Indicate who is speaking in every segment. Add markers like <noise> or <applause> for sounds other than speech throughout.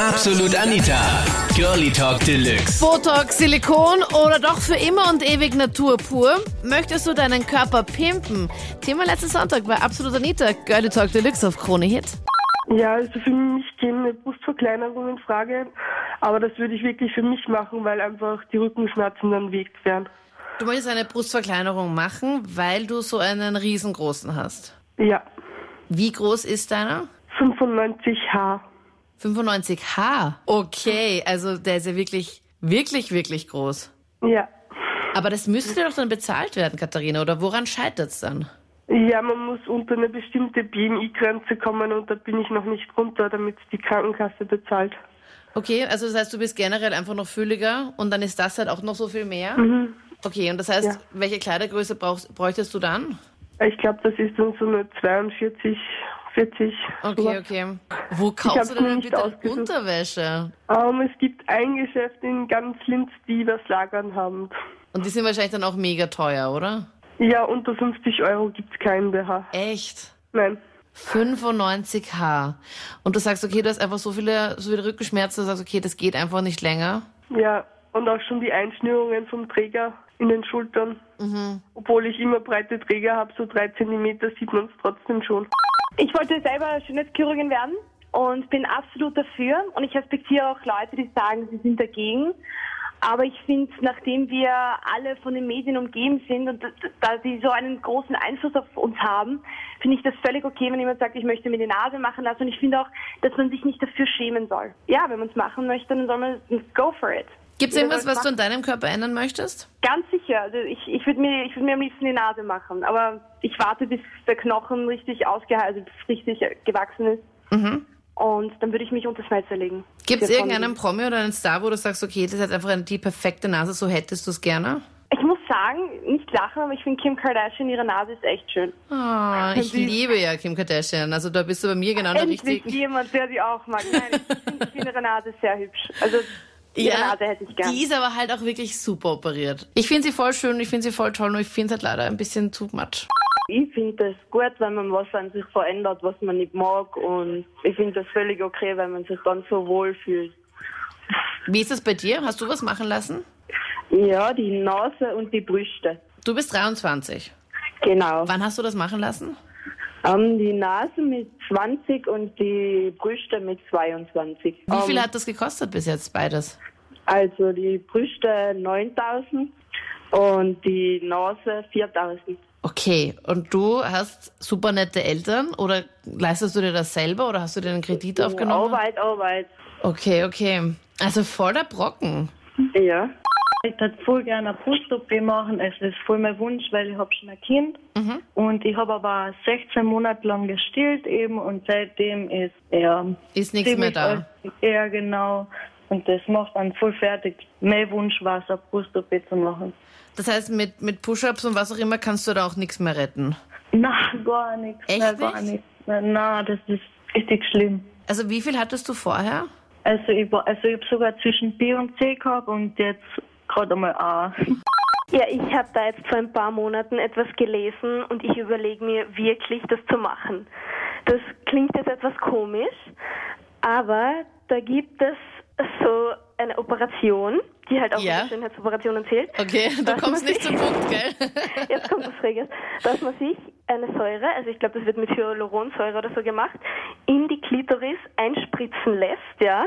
Speaker 1: Absolut Anita. Girlie Talk Deluxe.
Speaker 2: Botox, Silikon oder doch für immer und ewig Natur pur? Möchtest du deinen Körper pimpen? Thema letzten Sonntag bei Absolut Anita, Girlie Talk Deluxe auf Krone Hit.
Speaker 3: Ja, also für mich käme eine Brustverkleinerung in Frage, aber das würde ich wirklich für mich machen, weil einfach die Rückenschmerzen dann weg wären.
Speaker 2: Du möchtest eine Brustverkleinerung machen, weil du so einen riesengroßen hast.
Speaker 3: Ja,
Speaker 2: Wie groß ist deiner?
Speaker 3: 95H.
Speaker 2: 95H. Okay, also der ist ja wirklich, wirklich, wirklich groß.
Speaker 3: Ja.
Speaker 2: Aber das müsste doch dann bezahlt werden, Katharina, oder woran scheitert's dann?
Speaker 3: Ja, man muss unter eine bestimmte BMI-Grenze kommen und da bin ich noch nicht runter, damit die Krankenkasse bezahlt.
Speaker 2: Okay, also das heißt, du bist generell einfach noch fülliger und dann ist das halt auch noch so viel mehr. Okay, und das heißt,
Speaker 3: Mhm. Ja.
Speaker 2: welche Kleidergröße brauchst, bräuchtest du dann?
Speaker 3: Ich glaube, das ist dann so eine 42, 40.
Speaker 2: Okay,
Speaker 3: sowas.
Speaker 2: okay. Wo
Speaker 3: Ich
Speaker 2: kaufst
Speaker 3: hab's
Speaker 2: du denn
Speaker 3: nicht
Speaker 2: bitte
Speaker 3: ausgesucht.
Speaker 2: Unterwäsche?
Speaker 3: Ähm, es gibt ein Geschäft in ganz Linz, die was lagern haben.
Speaker 2: Und die sind wahrscheinlich dann auch mega teuer, oder?
Speaker 3: Ja, unter 50 Euro gibt's keinen BH.
Speaker 2: Echt?
Speaker 3: Nein.
Speaker 2: 95H. Und du sagst, okay, du hast einfach so viele, so viele Rückenschmerzen, du sagst, okay, das geht einfach nicht länger.
Speaker 3: Ja, und auch schon die Einschnürungen vom Träger in den Schultern.
Speaker 2: Mhm.
Speaker 3: Obwohl ich immer breite Träger habe, so drei Zentimeter sieht man es trotzdem schon.
Speaker 4: Ich wollte selber Schönheitschirurgin werden und bin absolut dafür. Und ich respektiere auch Leute, die sagen, sie sind dagegen. Aber ich finde, nachdem wir alle von den Medien umgeben sind und da sie so einen großen Einfluss auf uns haben, finde ich das völlig okay, wenn jemand sagt, ich möchte mir die Nase machen lassen. Und ich finde auch, dass man sich nicht dafür schämen soll. Ja, wenn man es machen möchte, dann soll man go for it.
Speaker 2: Gibt es
Speaker 4: Jeder
Speaker 2: irgendwas,
Speaker 4: soll's
Speaker 2: was du
Speaker 4: machen.
Speaker 2: an deinem Körper ändern möchtest?
Speaker 4: Ganz sicher. Also ich, ich würde mir, ich würde mir am liebsten die Nase machen. Aber ich warte, bis der Knochen richtig ausgeheilt, also richtig gewachsen ist. Und dann würde ich mich unter das Messer legen.
Speaker 2: Gibt es
Speaker 4: Wir kommen-
Speaker 2: irgendeinen Promi oder einen Star, wo du sagst, okay, das hat einfach die perfekte Nase, so hättest du es gerne?
Speaker 4: Ich muss sagen, nicht lachen, aber ich finde Kim Kardashian, ihre Nase ist echt schön.
Speaker 2: Ah, ich
Speaker 4: Sie-
Speaker 2: liebe ja Kim Kardashian. Also da bist du bei mir genau der
Speaker 4: Endlich
Speaker 2: richtige.
Speaker 4: jemand, der sie auch mag. Nein, ich finde ich finde ihre Nase sehr hübsch. Also ihre Nase hätte ich gern.
Speaker 2: die ist aber halt auch wirklich super operiert. Ich finde sie voll schön, ich finde sie voll toll, nur ich finde es halt leider ein bisschen too much.
Speaker 5: Ich finde es gut, wenn man was an sich verändert, was man nicht mag. Und ich finde das völlig okay, wenn man sich dann so wohl fühlt.
Speaker 2: Wie ist das bei dir? Hast du was machen lassen?
Speaker 5: Ja, die Nase und die Brüste.
Speaker 2: Du bist 23.
Speaker 5: Genau.
Speaker 2: Wann hast du das machen lassen?
Speaker 5: Ähm, die Nase mit 20 und die Brüste mit 22.
Speaker 2: Wie
Speaker 4: Ähm.
Speaker 2: viel hat das gekostet bis jetzt beides?
Speaker 5: Also die Brüste 9000 und die Nase 4000.
Speaker 2: Okay, und du hast super nette Eltern oder leistest du dir das selber oder hast du dir einen Kredit aufgenommen?
Speaker 5: Arbeit, Arbeit.
Speaker 2: Okay, okay. Also voll der Brocken.
Speaker 5: Ja.
Speaker 6: Ich würde voll gerne eine Brust-OP machen. Es ist voll mein Wunsch, weil ich habe schon ein Kind. Und ich habe aber 16 Monate lang gestillt eben und seitdem ist er
Speaker 2: Ist nichts mehr
Speaker 6: ziemlich
Speaker 4: äh,
Speaker 2: da.
Speaker 6: alt. Ja, genau. Und das macht einen voll fertig. Mein Wunsch war es, eine Brust-OP zu machen.
Speaker 2: Das heißt, mit, mit Push-Ups und was auch immer kannst du da auch nichts mehr retten.
Speaker 6: Na, gar nichts.
Speaker 2: Echt
Speaker 6: Na, gar
Speaker 2: nicht?
Speaker 6: nichts. Na, na, das ist richtig schlimm.
Speaker 2: Also wie viel hattest du vorher?
Speaker 6: Also ich, war- also ich habe sogar zwischen B und C gehabt und jetzt gerade einmal A.
Speaker 7: Ja, ich habe da jetzt vor ein paar Monaten etwas gelesen und ich überlege mir wirklich, das zu machen. Das klingt jetzt etwas komisch, aber da gibt es so eine Operation, die halt auch
Speaker 2: Ja.
Speaker 7: unter Schönheitsoperationen zählt.
Speaker 2: Okay, <laughs> du
Speaker 7: dass
Speaker 2: kommst
Speaker 7: man
Speaker 2: nicht zum
Speaker 7: sich-
Speaker 2: Punkt, gell?
Speaker 7: Jetzt kommt das Reges, dass man sich eine Säure, also ich glaube, das wird mit Hyaluronsäure oder so gemacht, in die Klitoris einspritzen lässt, ja,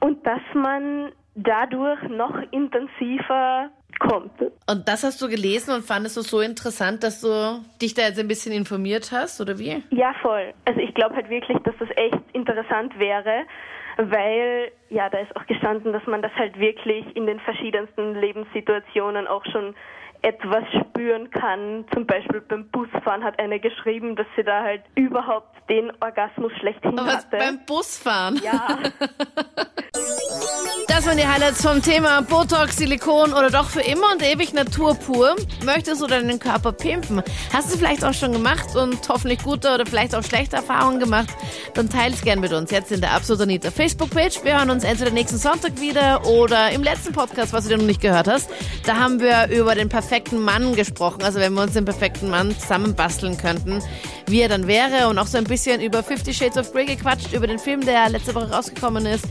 Speaker 7: und dass man dadurch noch intensiver kommt.
Speaker 2: Und das hast du gelesen und fandest du so interessant, dass du dich da jetzt ein bisschen informiert hast, oder wie?
Speaker 7: Ja, voll. Also ich glaube halt wirklich, dass das echt interessant wäre, weil ja, da ist auch gestanden, dass man das halt wirklich in den verschiedensten Lebenssituationen auch schon etwas spüren kann. Zum Beispiel beim Busfahren hat eine geschrieben, dass sie da halt überhaupt den Orgasmus schlechthin
Speaker 2: Aber was
Speaker 7: hatte.
Speaker 2: beim Busfahren?
Speaker 7: ja.
Speaker 2: <laughs> Das waren die Highlights vom Thema Botox, Silikon oder doch für immer und ewig Natur pur. Möchtest du deinen Körper pimpen? Hast du vielleicht auch schon gemacht und hoffentlich gute oder vielleicht auch schlechte Erfahrungen gemacht? Dann teils gern mit uns jetzt in der Absolut Anita Facebook-Page. Wir hören uns entweder nächsten Sonntag wieder oder im letzten Podcast, was du dir noch nicht gehört hast. Da haben wir über den perfekten Mann gesprochen. Also wenn wir uns den perfekten Mann zusammenbasteln könnten, wie er dann wäre und auch so ein bisschen über Fifty Shades of Grey gequatscht, über den Film, der letzte Woche rausgekommen ist.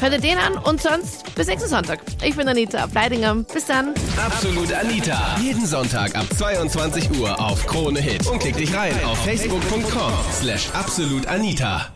Speaker 2: Hört ihr den an und sonst bis nächsten Sonntag. Ich bin Anita Bleidinger. Bis dann.
Speaker 1: Absolut Anita. Jeden Sonntag ab 22 Uhr auf Krone Hit. Und klick dich rein auf facebook.com slash absolutanita.